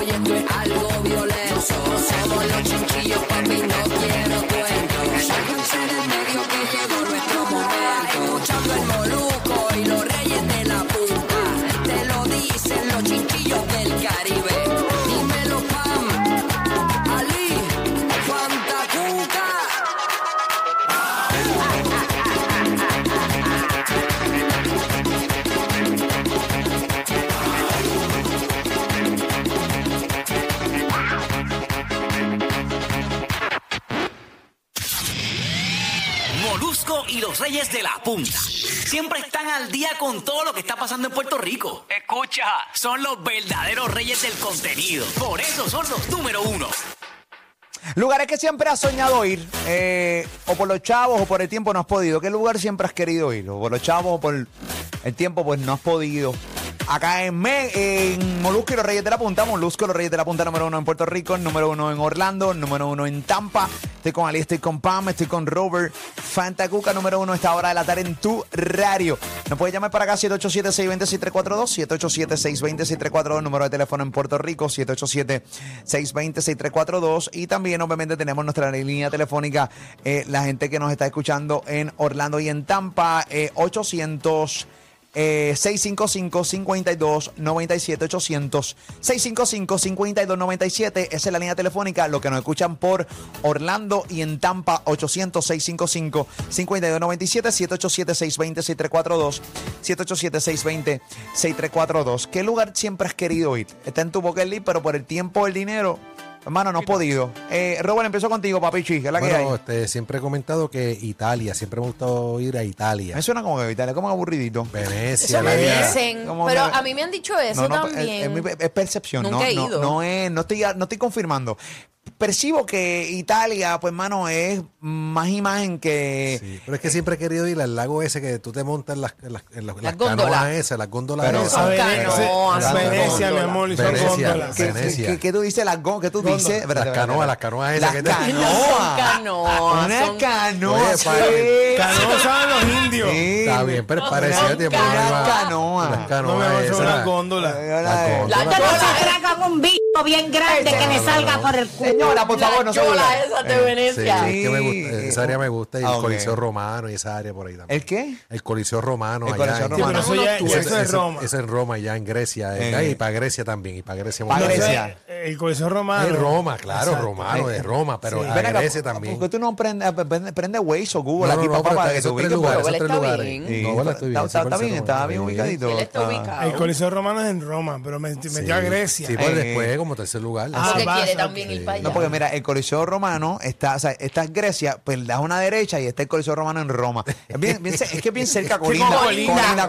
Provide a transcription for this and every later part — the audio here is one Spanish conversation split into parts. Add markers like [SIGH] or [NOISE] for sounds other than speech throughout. y esto es algo violento. Somos los chinchillos, papi, no quiero cuentos. Sálganse del medio que llegó nuestro momento. Escuchando el moluco y los reyes de la punta. Te lo dicen los chinchillos del Caribe. Dímelo, Pam, Ali, Fantacuca. Molusco y los Reyes de la Punta. Siempre están al día con todo lo que está pasando en Puerto Rico. Escucha, son los verdaderos reyes del contenido. Por eso son los número uno. Lugares que siempre has soñado ir, eh, o por los chavos o por el tiempo no has podido. ¿Qué lugar siempre has querido ir? O por los chavos o por el tiempo pues no has podido. Acá en, Me- en Molusco y los Reyes de la Punta, Molusco y los Reyes de la Punta número uno en Puerto Rico, número uno en Orlando, número uno en Tampa. Estoy con Ali, estoy con Pam, estoy con Robert. Fantacuca número uno a esta hora de la tarde en tu radio. Nos puedes llamar para acá 787-620-6342, 787-620-6342, número de teléfono en Puerto Rico, 787-620-6342. Y también, obviamente, tenemos nuestra línea telefónica, eh, la gente que nos está escuchando en Orlando y en Tampa, eh, 800. eh, 655-5297 800 655-5297 esa es la línea telefónica lo que nos escuchan por Orlando y en Tampa 800 655 5297 787 620 6342 787 620 6342 ¿qué lugar siempre has querido ir? está en tu bucket list pero por el tiempo el dinero hermano no has podido eh, Robert empiezo contigo papichi ¿qué es la que Bueno, hay? este, siempre he comentado que Italia, siempre me ha gustado ir a Italia. me suena como que Italia como aburridito Venecia, Eso me Venecia. dicen. Como Pero me- a mí me han dicho eso No, no, es- también. Es, mi pe- es percepción, Nunca no, he no, ido. no es, no estoy, no estoy confirmando. Percibo que Italia, pues mano, es más imagen que Sí, pero es que siempre he querido ir al lago ese que tú te montas en las, en las, en las- las góndolas. canoas esas, las góndolas Pero- esas. A ver, Las canoas, Venecia, mi góndolas. amor, y son Venecia. góndolas. ¿Qué, Venecia. qué- qué- qué tú dices? Las gon- ¿Qué tú Góndola. dices? Espérate, Las espérate, espérate. canoas, las canoas esas Las que te- canoas. canoas, Una son- canoa. Oye, sí. padre. Canoas saben los indios. Sí. Está bien, pero Son parecido a tiempo. canoas. no iba- Canoas. Las No me canoas. van a esas, una las- góndola. Las Las góndolas. La Yo no se canoa. traga con un bicho bien grande que le salga por el culo. Señora, por favor, no se la burle. esa de Venecia. Sí, es que me Sí. gusta- esa área me gusta y Ah, el ok. Coliseo Romano y esa área por ahí también. ¿El qué? El Coliseo Romano El allá Coliseo en- Romano. Sí, pero eso ya- Ese- eso es ese- Roma. ese es en Roma, ya en Grecia. Eh. eh, Y para Grecia también. Y para Grecia. Pa' mucho. Grecia. Ese- Entonces, El Coliseo Romano. Es Roma, claro, Exacto. romano, eh. de Roma, pero a Ven acá, Grecia también. ¿Por qué tú no prendes prende, prende Waze o No, Google no, aquí no, papá, pero para que te esos ubiques? tres lugares, porque- Pero él esos está tres bien. lugares. Sí, No, bueno, estoy bien, está, ese está parece bien, Roma, está bien sí. ubicadito. Él está Ah. ubicado. El Coliseo Romano es en Roma, pero me Sí, metió a Grecia. Sí, pero Eh. después como tercer lugar. Ah, Porque así. va, quiere ok. también ir para allá. No, porque mira, el Coliseo Romano está, o sea, está en Grecia, pues das una derecha y está el Coliseo Romano en Roma. Es, bien- bien ce- es que es bien [LAUGHS] cerca, colinda, colinda,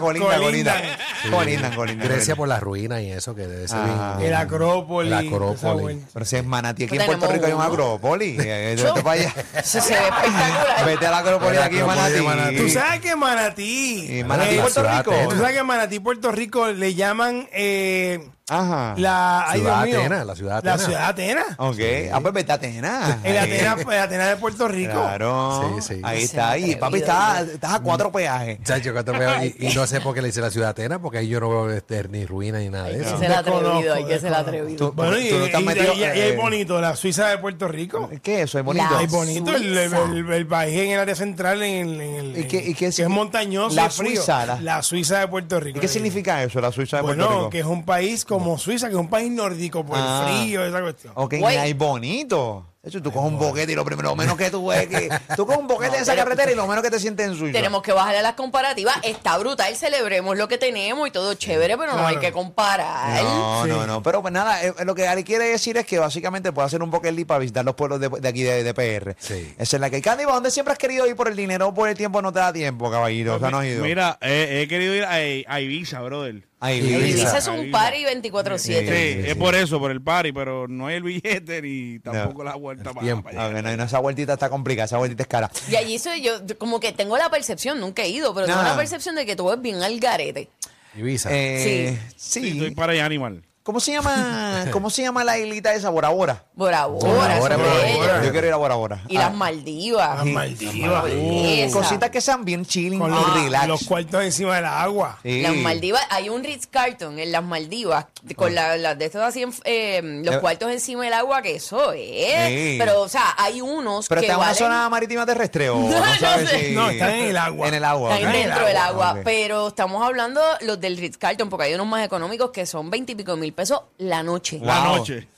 colinda, colinda, colinda, colinda, colinda. pues. colinda, colinda. Grecia por las ruinas y eso, que debe ser Ah. bien. El Acrópolis. La esa Acrópolis. vuelta. Pero si es Manatí, aquí en Tenemos Puerto Rico hay un uno. [LAUGHS] Acrópolis. eh, Vete para allá. Se, se [LAUGHS] ve espectacular. Vete a la Acrópolis La aquí en Acrópolis de Manatí. Manatí. Tú sabes que Manatí. Y Manatí, eh, Puerto ciudad Rico. Atenas. Tú sabes que en Manatí, Puerto Rico, le llaman eh, Ajá. la. ay, Ciudad Dios mío. Atenas, la ciudad La Atenas. ciudad Atenas. Ok. Ah, pues vete a Atenas. El Ahí. Atenas el Atenas de Puerto Rico. Claro. Sí, sí. Ahí Ese está. Ahí, atrevido, papi, está- estás a cuatro peajes. Chacho, cuánto peor. Y, y no sé por qué le dice la ciudad Atenas, porque ahí yo no veo este, ni ruinas ni nada de Hay que eso. ser atrevido, hay Desconozco, que ser desconozco. atrevido. Bueno, y, Tú no y, estás metido, y- y ahí eh, es bonito, la Suiza de Puerto Rico. ¿Qué es eso? Es bonito. Es bonito el, el- el- el país en el área central, en el, en el- ¿Y qué- y qué que significa? es montañoso, La es frío. Suiza, la- la Suiza de Puerto ¿Y Rico. qué significa eso, la Suiza de Puerto Bueno, Rico? que es un país como Suiza, que es un país nórdico por Ah. el frío, esa cuestión. Ok, Güey. ahí bonito. De hecho, tú coges un boquete y lo primero lo menos que tú ves que. Tú coges un boquete en esa carretera y lo menos que te sientes en Suiza. Tenemos que bajarle a las comparativas. Está brutal, celebremos lo que tenemos y todo chévere, pero no Claro. hay que comparar. No, Sí. no, no. Pero pues nada, eh, lo que Ali quiere decir es que básicamente puede hacer un bucket list para visitar los pueblos de, de aquí de, de PR. Sí. Esa es la que hay. Candy, ¿para dónde siempre has querido ir por el dinero o por el tiempo? No te da tiempo, caballito. O sea, no has ido. Mira, eh, he querido ir a, a Ibiza, brother. Ahí, Y Y Ibiza. dices un party 24-7. Sí, sí, es sí. por eso, por el party, pero no hay el billete ni tampoco la vuelta para, tiempo. para Ah, allá. que no, no, esa vueltita está complicada, esa vueltita es cara. Y allí soy yo, como que tengo la percepción, nunca he ido, pero tengo Ajá. la percepción de que todo es bien al garete. Ibiza. Eh, sí. Sí, estoy para allá, animal. ¿Cómo se llama, cómo se llama la islita esa? Bora Bora. Bora Bora, Bora, son Bora, bellas. Bora. Yo quiero ir a Bora Bora. Y Ah, las Maldivas. Las Maldivas. uh. Belleza. cositas que sean bien chilling Con y los, Ah, relax. los cuartos encima del agua. Sí. Las Maldivas, hay un Ritz Carton en las Maldivas, con la, la- de estos así, en- eh, los Ah. Eh. cuartos encima del agua, que eso es. Sí. Pero, o sea, hay unos Pero que está en una valen- zona marítima terrestre o no, [LAUGHS] No, no sabes sé. si- No, están en el agua. En el agua. están ok. dentro del agua. Ok. Pero estamos hablando los del Ritz Carton, porque hay unos más económicos que son veintipico mil pesos la noche. Wow. La noche.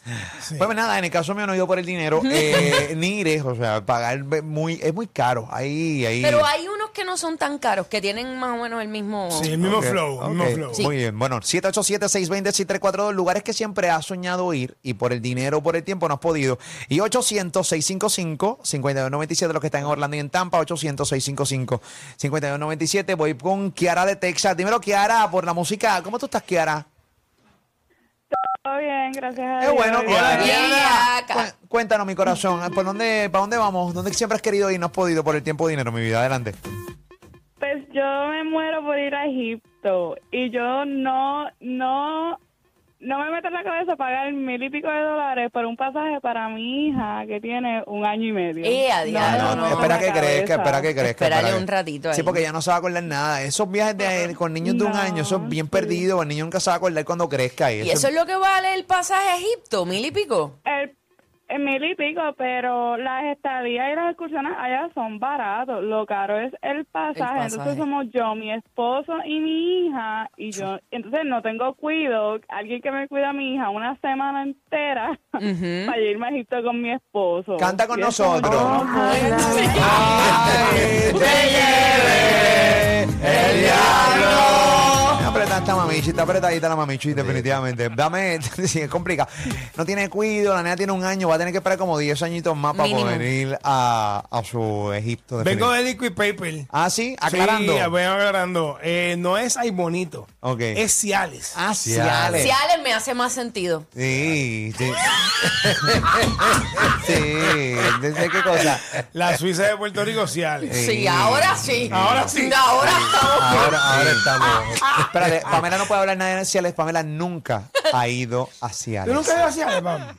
Pues nada, en el caso mío no he ido por el [LAUGHS] dinero, eh, ni iré, o sea, pagar ve- muy, es muy caro. Ahí, ahí. Pero hay unos que no son tan caros, que tienen más o menos el mismo. Sí, el mismo Ok, flow, el mismo ok, flow. Muy bien, bueno, 787-620-6342, lugares que siempre has soñado ir y por el dinero, por el tiempo no has podido. Y 800-655-5297, los que están en Orlando y en Tampa, 800-655-5297. Voy con Kiara de Texas. Dímelo, Kiara, por la música. ¿Cómo tú estás, Kiara? Todo bien, gracias a Es bueno, Dios. Kiara. Kiara. Cu- Cuéntanos, mi corazón, ¿por dónde, ¿para dónde vamos? ¿Dónde siempre has querido ir y no has podido por el tiempo y dinero, mi vida? Adelante. Pues yo me muero por ir a Egipto y yo no, no, no me meto en la cabeza pagar mil y pico de dólares por un pasaje para mi hija que tiene un año y medio. Eh, a diablo, No, no, no, Ah, espera me que cabeza. crezca, espera que crezca. Espérale espera que- un ratito Sí, ahí. porque ya no se va a acordar nada. Esos viajes de, con niños de un No, año son bien sí. perdidos. El niño nunca se va a acordar cuando crezca. Y eso es lo que vale el pasaje a Egipto, mil y pico. El, el mil y pico, pero las estadías y las excursiones allá son baratos. Lo caro es el pasaje. pasaje. Entonces somos yo, mi esposo y mi hija. Y yo, entonces no tengo cuido. Alguien que me cuida a mi hija una semana entera [LAUGHS] para irme a Egipto con mi esposo. Canta con Y es como, nosotros. no, no, no. ¡Ay, te lleve el diablo! Apretada esta mamichi, está apretadita la mamichi, definitivamente. Dame, [LAUGHS] sí, es complicado. No tiene cuido, la nena tiene un año, va a tener que esperar como 10 añitos más para Mínimo. poder ir a, a su Egipto. Vengo definitivamente. de Liquid Paper. Ah, sí, aclarando. Sí, voy aclarando. Eh, no es ay bonito. Ok. Es Ciales. Ah, Sí, sí, Ale. Si Ale me hace más sentido. Sí, sí. [LAUGHS] sí, ¿desde qué cosa? La Suiza de Puerto Rico, Eh, Ciales. Sí, ahora sí. Ahora sí. Ahora estamos. Ahora, ahora estamos. Ah. Espérate, Pamela no puede hablar nada de Ciales. Pamela nunca ha ido a ¿Tú Ciales. nunca has ido a Ciales, Pam?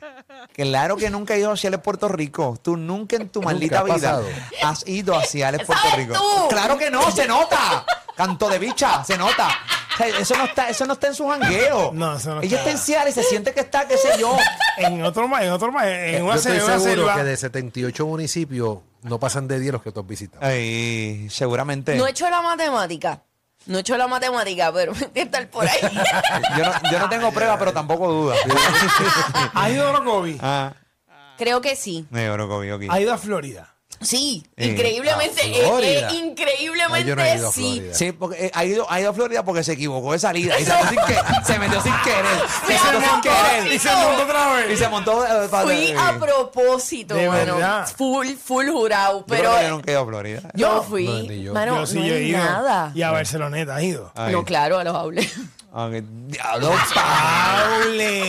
Claro que nunca ha ido a Ciales, Puerto Rico. Tú nunca en tu maldita ha vida pasado. has ido a Ciales, Puerto ¿Sabes Rico. tú? Claro que no, se nota. Canto de bicha, se nota. O sea, eso no está, eso no está en su jangueo. No, eso no Ella está está. en Ciales, se siente que está, qué sé [LAUGHS] yo. En otro ma- en otro ma- Eh, en Eh, Yo una, estoy se- en una seguro selva. que de 78 municipios no pasan de 10 los que tú has visitado. Ay, seguramente. No he hecho la matemática. No he hecho la matemática, pero [LAUGHS] de estar por ahí. [LAUGHS] Yo no, yo no tengo pruebas, pero tampoco dudas. ¿Has ido a Orocovi? [LAUGHS] Ah, Creo que sí. me Orocovi, ok. ¿Has ido a Florida? Sí, Eh, increíblemente, a eh, eh, Florida. increíblemente No, yo no he ido a sí. Florida. Sí, porque eh, ha ido, ha ido a Florida porque se equivocó de salida. Y [LAUGHS] se, metió sin que- se metió sin querer. Fui Y se a metió sin querer. propósito. Y se montó otra vez. Y se montó. eh, para- Fui a eh, propósito, De mano. verdad. Full, full jurado. yo creo Pero que yo nunca he ido a Florida. yo No, fui. no, ni yo. Mano, no hay nada. Y a Barceloneta, ¿has ido? Ay, No, claro, a los hables. aunque- diablo, pa. Paule.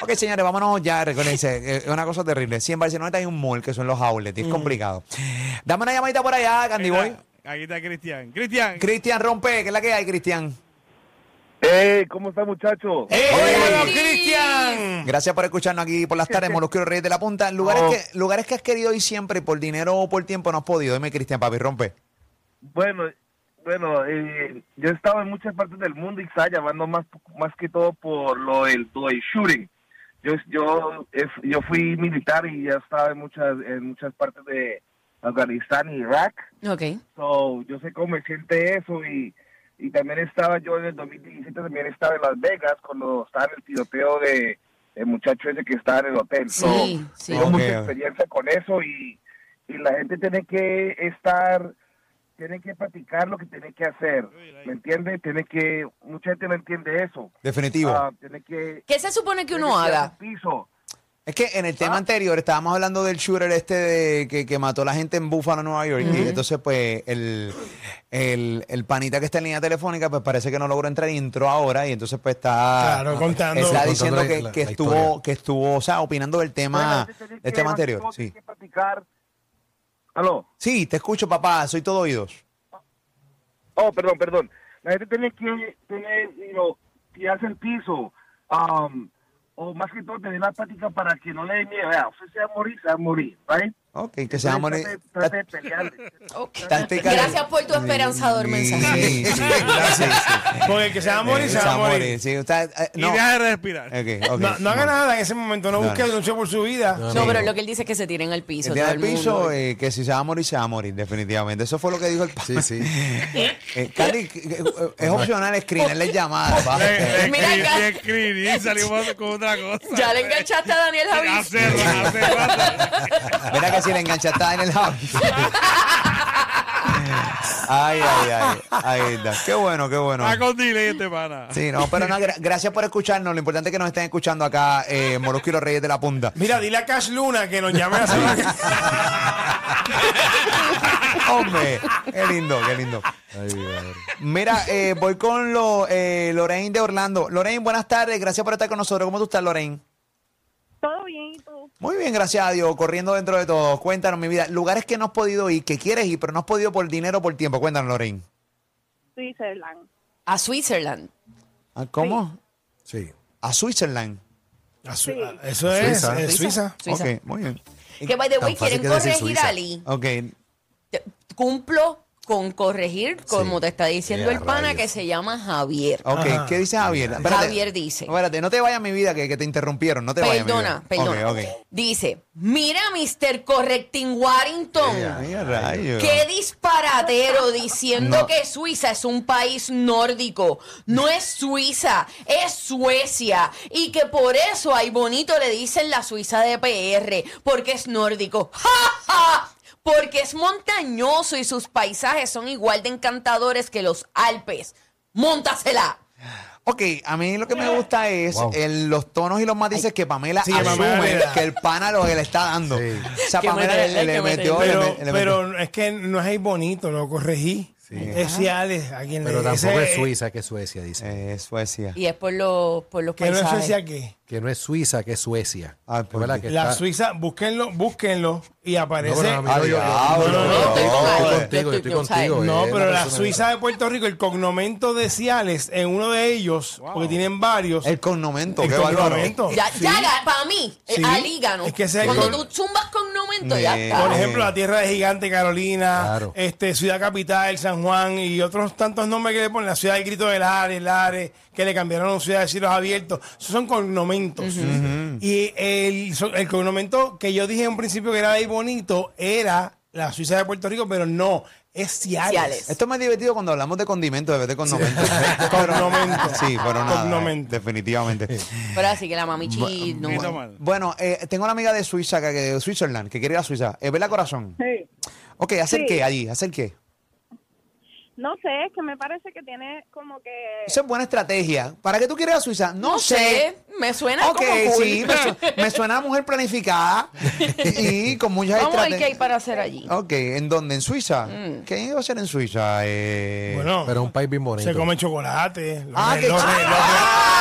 Ok, señores, vámonos ya. Recuérdense, eh, es una cosa terrible. Si en Barcelona hay un mall que son los outlets, y es complicado. Dame una llamadita por allá, Candy Ahí Boy. está- Ahí está Cristian. Cristian. Cristian, rompe. ¿Qué es la que hay, Cristian? ¡Ey! ¿Cómo está, muchacho? ¡Eh, Hola, bueno, Cristian! Gracias por escucharnos aquí por las tardes, Molusquero Reyes de la Punta. Lugares, Oh. No. que, lugares que has querido ir siempre por dinero o por tiempo no has podido. Dime, Cristian, papi, rompe. Bueno, bueno, eh, yo he estado en muchas partes del mundo y está llamando más, más que todo por lo del, lo del shooting. Yo, yo, es- yo fui militar y ya estaba en muchas, en muchas partes de Afganistán y Irak. Ok. So, yo sé cómo me siente eso y, y también estaba yo en el 2017, también estaba en Las Vegas cuando estaba en el tiroteo de el muchacho ese que estaba en el hotel. So, Sí, sí. Oh. Tengo Ok. mucha experiencia con eso y, y la gente tiene que estar, tiene que practicar lo que tiene que hacer. ¿Me entiende? Tiene que, mucha gente no entiende eso. Definitivo. Ah, tiene que... ¿Qué se supone que uno tiene que haga? hacer Piso. Es que en el tema Ah. anterior estábamos hablando del shooter este de, que, que mató a la gente en Buffalo, Nueva York. Y entonces, pues, el, el, el panita que está en línea telefónica, pues parece que no logró entrar y entró ahora. Y entonces, pues, está, Claro, contando- está Contando diciendo la- que, la- que la estuvo, historia. que estuvo, o sea, opinando del tema, Bueno, tiene del que- tema más que anterior. todo, Sí. Tiene que practicar. Aló. sí, te escucho, papá. Soy todo oídos. Oh, perdón, perdón. La gente tiene que tener, you know, tirarse al piso, um, o más que todo tener la práctica para que no le dé miedo. Vea, usted se va a morir, se va a morir, ¿right? Ok, que se va a morir. Trate de pelearle. Táctica de- Gracias por tu esperanzador mensaje. [LAUGHS] Sí, sí, gracias. sí. Porque el que se va a morir, Eh, se va a morir. Sí, usted, eh, Y no. deja de respirar. Ok, ok. No, no haga nada en ese momento, no No, busque no. luche por su vida. No, pero lo que él dice es que se tiren al piso. El día todo del el mundo. piso, eh, que si se va a morir, se va a morir, definitivamente. Eso fue lo que dijo el padre. Sí, sí. Eh, Cali, que- que- es opcional escribirle llamadas. pa. Le, le Mira escribí- acá. le escribí y salimos con otra cosa. Eh, Ya le enganchaste a Daniel Javis. Hace rato, [LAUGHS] hace rato. Mira que si la enganchaste en el [LAUGHS] Javi. Ay, ay, ay. Ahí está. Qué bueno, qué bueno. Está con delay este pana. Sí, no, pero no, gra- gracias por escucharnos. Lo importante es que nos estén escuchando acá, eh, Molusco y los Reyes de la [LAUGHS] Punta. Mira, dile a Cash Luna que nos llame a hacer la- Hombre, qué lindo, qué lindo. Mira, eh, voy con lo, eh, Lorraine de Orlando. Lorraine, buenas tardes. Gracias por estar con nosotros. ¿Cómo tú estás, Lorraine? Todo bien, ¿y tú? Muy bien, gracias a Dios. Corriendo dentro de todo. Cuéntanos, mi vida. Lugares que no has podido ir, que quieres ir, pero no has podido por dinero o por tiempo. Cuéntanos, Lorraine. Switzerland. A Switzerland. ¿Ah, ¿Cómo? Sí. A Switzerland. A Su- a- Eso es, Suiza. es Suiza. Suiza. Ok, muy bien. Que by the Tan way, fácil quieren que decir corregir Suiza. a Ali. Ok. Te- Cumplo con corregir, como te está diciendo Sí, a el pana, rayos. Ah, que se llama Javier. Ok, ¿qué dice Javier? Espérate. Javier dice. Espérate, no te vayas mi vida, que, que te interrumpieron. No te vayas. mi Perdona, vida. perdona. Ok, ok. Dice, mira, Mr. Correcting Warrington. Ay, a rayos. Qué disparatero diciendo No. que Suiza es un país nórdico. No es Suiza, es Suecia. Y que por eso hay bonito le dicen la Suiza de PR, porque es nórdico. ¡Ja, ja! Porque es montañoso y sus paisajes son igual de encantadores que los Alpes. ¡Móntasela! Ok, a mí lo que me gusta es Wow. el- los tonos y los matices que Pamela Sí, que asume Pamela le da. que el pana lo que le está dando. Sí. O sea, Que Pamela meterle, le, que le metió... meterle. le Pero, me- le metió- pero es que no es ahí bonito, lo corregí. Es Ciales, a quien Pero le tampoco ese- es Suiza, que es Suecia, dice. Eh, Suecia. Y es por los, por los Que no es paisajes. Suecia qué. Que no es Suiza, que es Suecia. Ah, Es verdad por que La está- Suiza, búsquenlo, búsquenlo y No, aparece. pero a mí no, yo- yo- Ah, no, no, diablo. no, Estoy con yo Ale. estoy contigo, yo estoy Yo estoy- contigo. No, eh, pero una la persona- Suiza de Puerto Rico, el cognomento de Ciales, en uno de ellos, porque tienen varios. El cognomento, El qué bárbaro. cognomento. Ya, Sí. para mí, eh, Sí. Ali ganó. Es que ese es el Cuando gol. tú zumbas con Nomento, ya Eh, está. Por ejemplo, la Tierra de Gigante, Carolina, Claro. este, Ciudad Capital, San Juan y otros tantos nombres que le ponen. La Ciudad del Grito del Ares, el Ares, que le cambiaron a Ciudad de Cielos Abiertos. Esos son cognomentos. Y el, so- el cognomento que yo dije en un principio que era ahí bonito era la Suiza de Puerto Rico, pero no, es Ciales. Ciales. Esto es más divertido cuando hablamos de condimentos, de vez de cognomento. [LAUGHS] Cognomento. Sí, pero nada. Cognomento. Definitivamente. Pero así que la mamichi no. Mira mal. Bueno, eh, tengo una amiga de Suiza, que, de Switzerland, que quiere ir a Suiza. Eh, ¿Verdad, corazón? Sí. Ok, ¿hacer Sí. qué allí? ¿Hacer qué? No sé, es que me parece que tiene como que... Esa es buena estrategia. ¿Para qué tú quieres ir a Suiza? No, No sé, me suena Ok, como cool. sí, me, su- me suena a mujer planificada y con muchas [LAUGHS] Vamos a ver estrategias. qué hay Mm. para hacer allí. Ok, ¿en dónde? ¿En Suiza? ¿Qué iba a ser en Suiza? Eh, Bueno, Pero un país bien bonito. se come chocolate. Los Ah, re- que los re- chido. los re-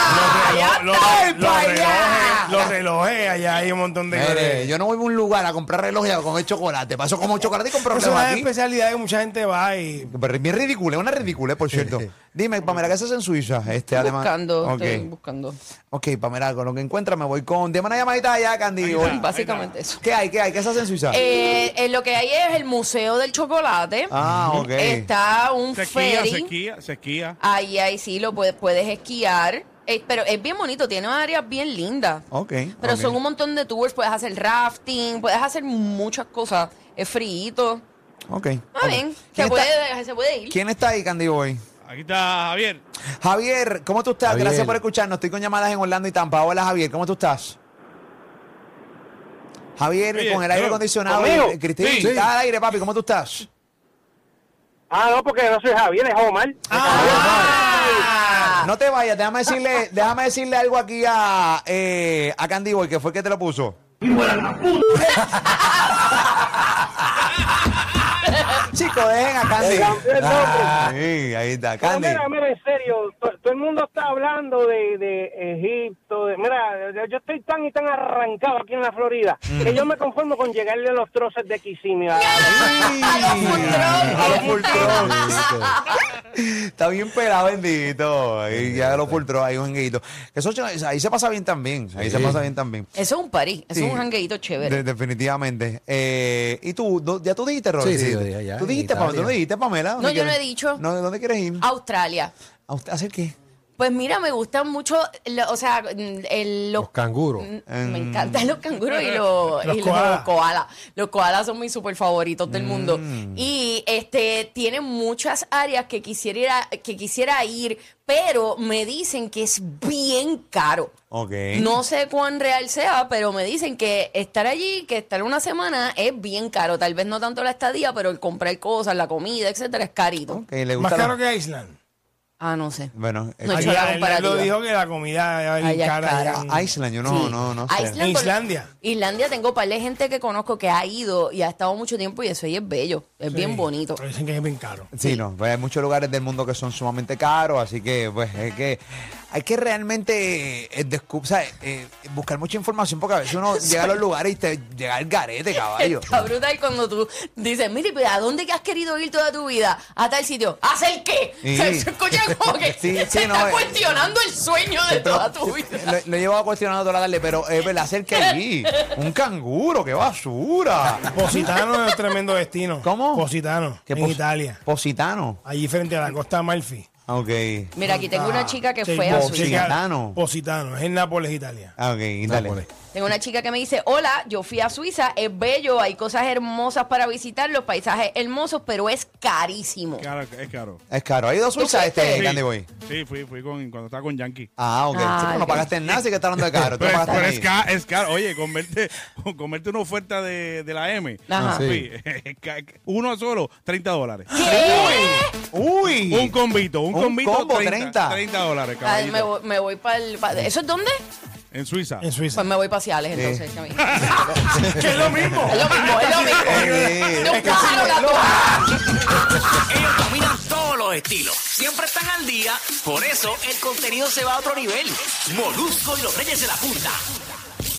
Ah, los ya re- está el los re- los payaso. relojes, los relojes, allá hay un montón de mire, cosas. eh, yo no voy a un lugar a comprar relojes a comer chocolate. Paso como chocolate y compro Eso es relojes una aquí. especialidad que mucha gente va y Pero es bien ridícula, es una ridícula, por [LAUGHS] cierto. Dime, Pamela, ¿qué haces en Suiza? Este, Estoy además. buscando, Ok. estoy buscando. ok, Pamela, con lo que encuentra me voy con. Deme una llamadita allá, Candy. voy. Básicamente eso. ¿Qué hay? ¿Qué hay? ¿Qué se hace en Suiza? Eh, eh, lo que hay es el Museo del Chocolate. ah, ok. Está un Se esquía, ferry. se esquía, se esquía. Ahí, ahí sí, lo puedes, puedes esquiar. Eh, pero es bien bonito, tiene áreas bien lindas. Ok. Pero Oh, ok. son un montón de tours, puedes hacer rafting, puedes hacer muchas cosas. Es frío. Ok. Ah, ok. bien, se ¿Quién, está, puede, se puede ir. quién está ahí, Candy Boy? Aquí está Javier. Javier, ¿cómo tú estás? Javier. Gracias por escucharnos. Estoy con llamadas en Orlando y Tampa. Hola, Javier, ¿cómo tú estás? Javier, Oye, con el aire yo, acondicionado. ¿conmigo? eh, Cristina, Sí. está al aire, papi. ¿Cómo tú estás? Ah, no, porque no soy Javier, es Omar. Ah. Ah, No te vayas. Déjame decirle, déjame decirle algo aquí a, eh, a Candy Boy, que fue el que te lo [LAUGHS] puso. Chicos, dejen a Candy. Ah, cambió el nombre. sí, ahí está, No, Candy. Ah, mira, mira, en serio, to- todo el mundo está hablando de, de Egipto. de- mira, yo- yo estoy tan y tan arrancado aquí en la Florida que yo me conformo con llegarle a los Ah, troces de Kissimmee. a- Sí. A los [LAUGHS] Fultrón. A los Fultrón. Está bien pelado, bendito. Y ya lo filtró, hay un jangueito. Eso, ahí se pasa bien también. Ahí se pasa bien también. Eso es un parís, eso Sí. es un jangueito chévere. De- definitivamente. Eh, ¿Y tú? ¿No- ¿Ya tú dijiste, Rolly? Sí, sí, yo dije ya, ¿Tú en dijiste, Pamela? ¿Tú Italia. no dijiste, Pamela? ¿Dónde No, yo no quieres- he dicho. Ah. No, ¿Dónde quieres ir? Australia. ¿A usted- ¿Hacer qué? Pues mira, me gustan mucho, lo- o sea, mm, el- los Los canguros. Me encantan los canguros y los, Los y los koalas. koalas. Los koalas son mis super favoritos del mundo. Y este tienen muchas áreas que quisiera ir, a- que quisiera ir, pero me dicen que es bien caro. Ok. No sé cuán real sea, pero me dicen que estar allí, que estar una semana es bien caro. Tal vez no tanto la estadía, pero el comprar cosas, la comida, etcétera, es carito. Ok, le Más gusta. caro la- que Island. Ah, no sé. Bueno, No, eh, yo- la Allá, él- él lo comparativa. dijo que la comida Allá es es cara. cara. allá. a Island, yo no, Sí. no, no sé. Island, por- Islandia. Islandia tengo par de gente que conozco que ha ido y ha estado mucho tiempo y eso ahí es bello, es bien bonito. Pero Dicen que es bien caro. Sí, no, pues hay muchos lugares del mundo que son sumamente caros, así que pues es que hay que realmente eh, descu- o sea, eh, buscar mucha información porque a veces [LAUGHS] uno llega a los lugares y te llega el garete, caballo. [LAUGHS] Está brutal cuando tú dices, mire, pero ¿a dónde que has querido ir toda tu vida? A tal sitio. ¿A ¿Hacer qué? Sí. [LAUGHS] Se, se escucha como que [LAUGHS] Sí, sí, se no, está eh. cuestionando el sueño de Pero- toda tu vida. Lo, lo he llevado cuestionando toda la tarde, pero es verdad, hacer que allí. Un canguro, qué basura. Positano es un tremendo destino. ¿Cómo? Positano, ¿Qué en pos- Italia. Pues, Positano. Allí frente a la costa Amalfi. Ah, Ok. Mira, aquí tengo una chica que Ah, Sí, fue a po- Suiza. chica- Positano. Positano, es en Nápoles, Italia. Ah, ok, dale. Nápoles. Tengo una chica que me dice, hola, yo fui a Suiza, es bello, hay cosas hermosas para visitar, los paisajes hermosos, pero es carísimo. Caro, es caro. Es caro. ¿Ha ido a Suiza ¿Tú este fuiste? Candy Boy? Sí, fui, fui con, cuando estaba con Yankee. Ah, ok. Ah, Sí, pero no ok. pagaste nada, así que está hablando de caro. Tú no Pero, pagaste pero ni- es, caro, es caro. Oye, comerte, [LAUGHS] comerte una oferta de, de la M. Ajá. Ah, sí. Sí, es [LAUGHS] ca- uno solo, 30 dólares. ¿Qué? Uy. Un convito, un, Un convito, combo, 30, 30. 30 dólares, Ah, me, caballito. voy- me voy para el... pa- ¿Eso es dónde? En Suiza. En Suiza. Pues me voy para Ciales, entonces. a mí. [LAUGHS] que es lo [LAUGHS] mismo. Es lo mismo, es lo mismo. De un pájaro a la toa. Ellos dominan todos los estilos. Siempre están al día. Por eso el contenido se va a otro nivel. Molusco y los Reyes de la Punta.